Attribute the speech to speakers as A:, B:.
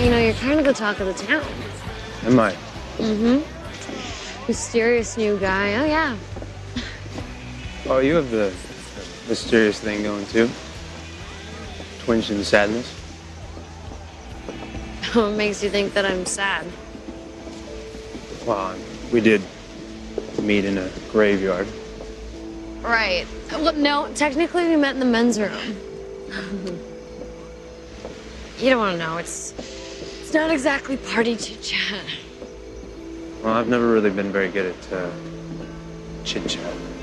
A: You know, you're kind of the talk of the town.
B: Am I?
A: Mysterious new guy. Oh, yeah.
B: Oh, you have the mysterious thing going too. Twinge in sadness.
A: it makes you think that I'm sad.
B: Well, I'm- we did meet in a graveyard.
A: Right. Well, no, technically we met in the men's room. you don't want to know. It's it's not exactly party chit chat.
B: Well, I've never really been very good at uh, chit chat.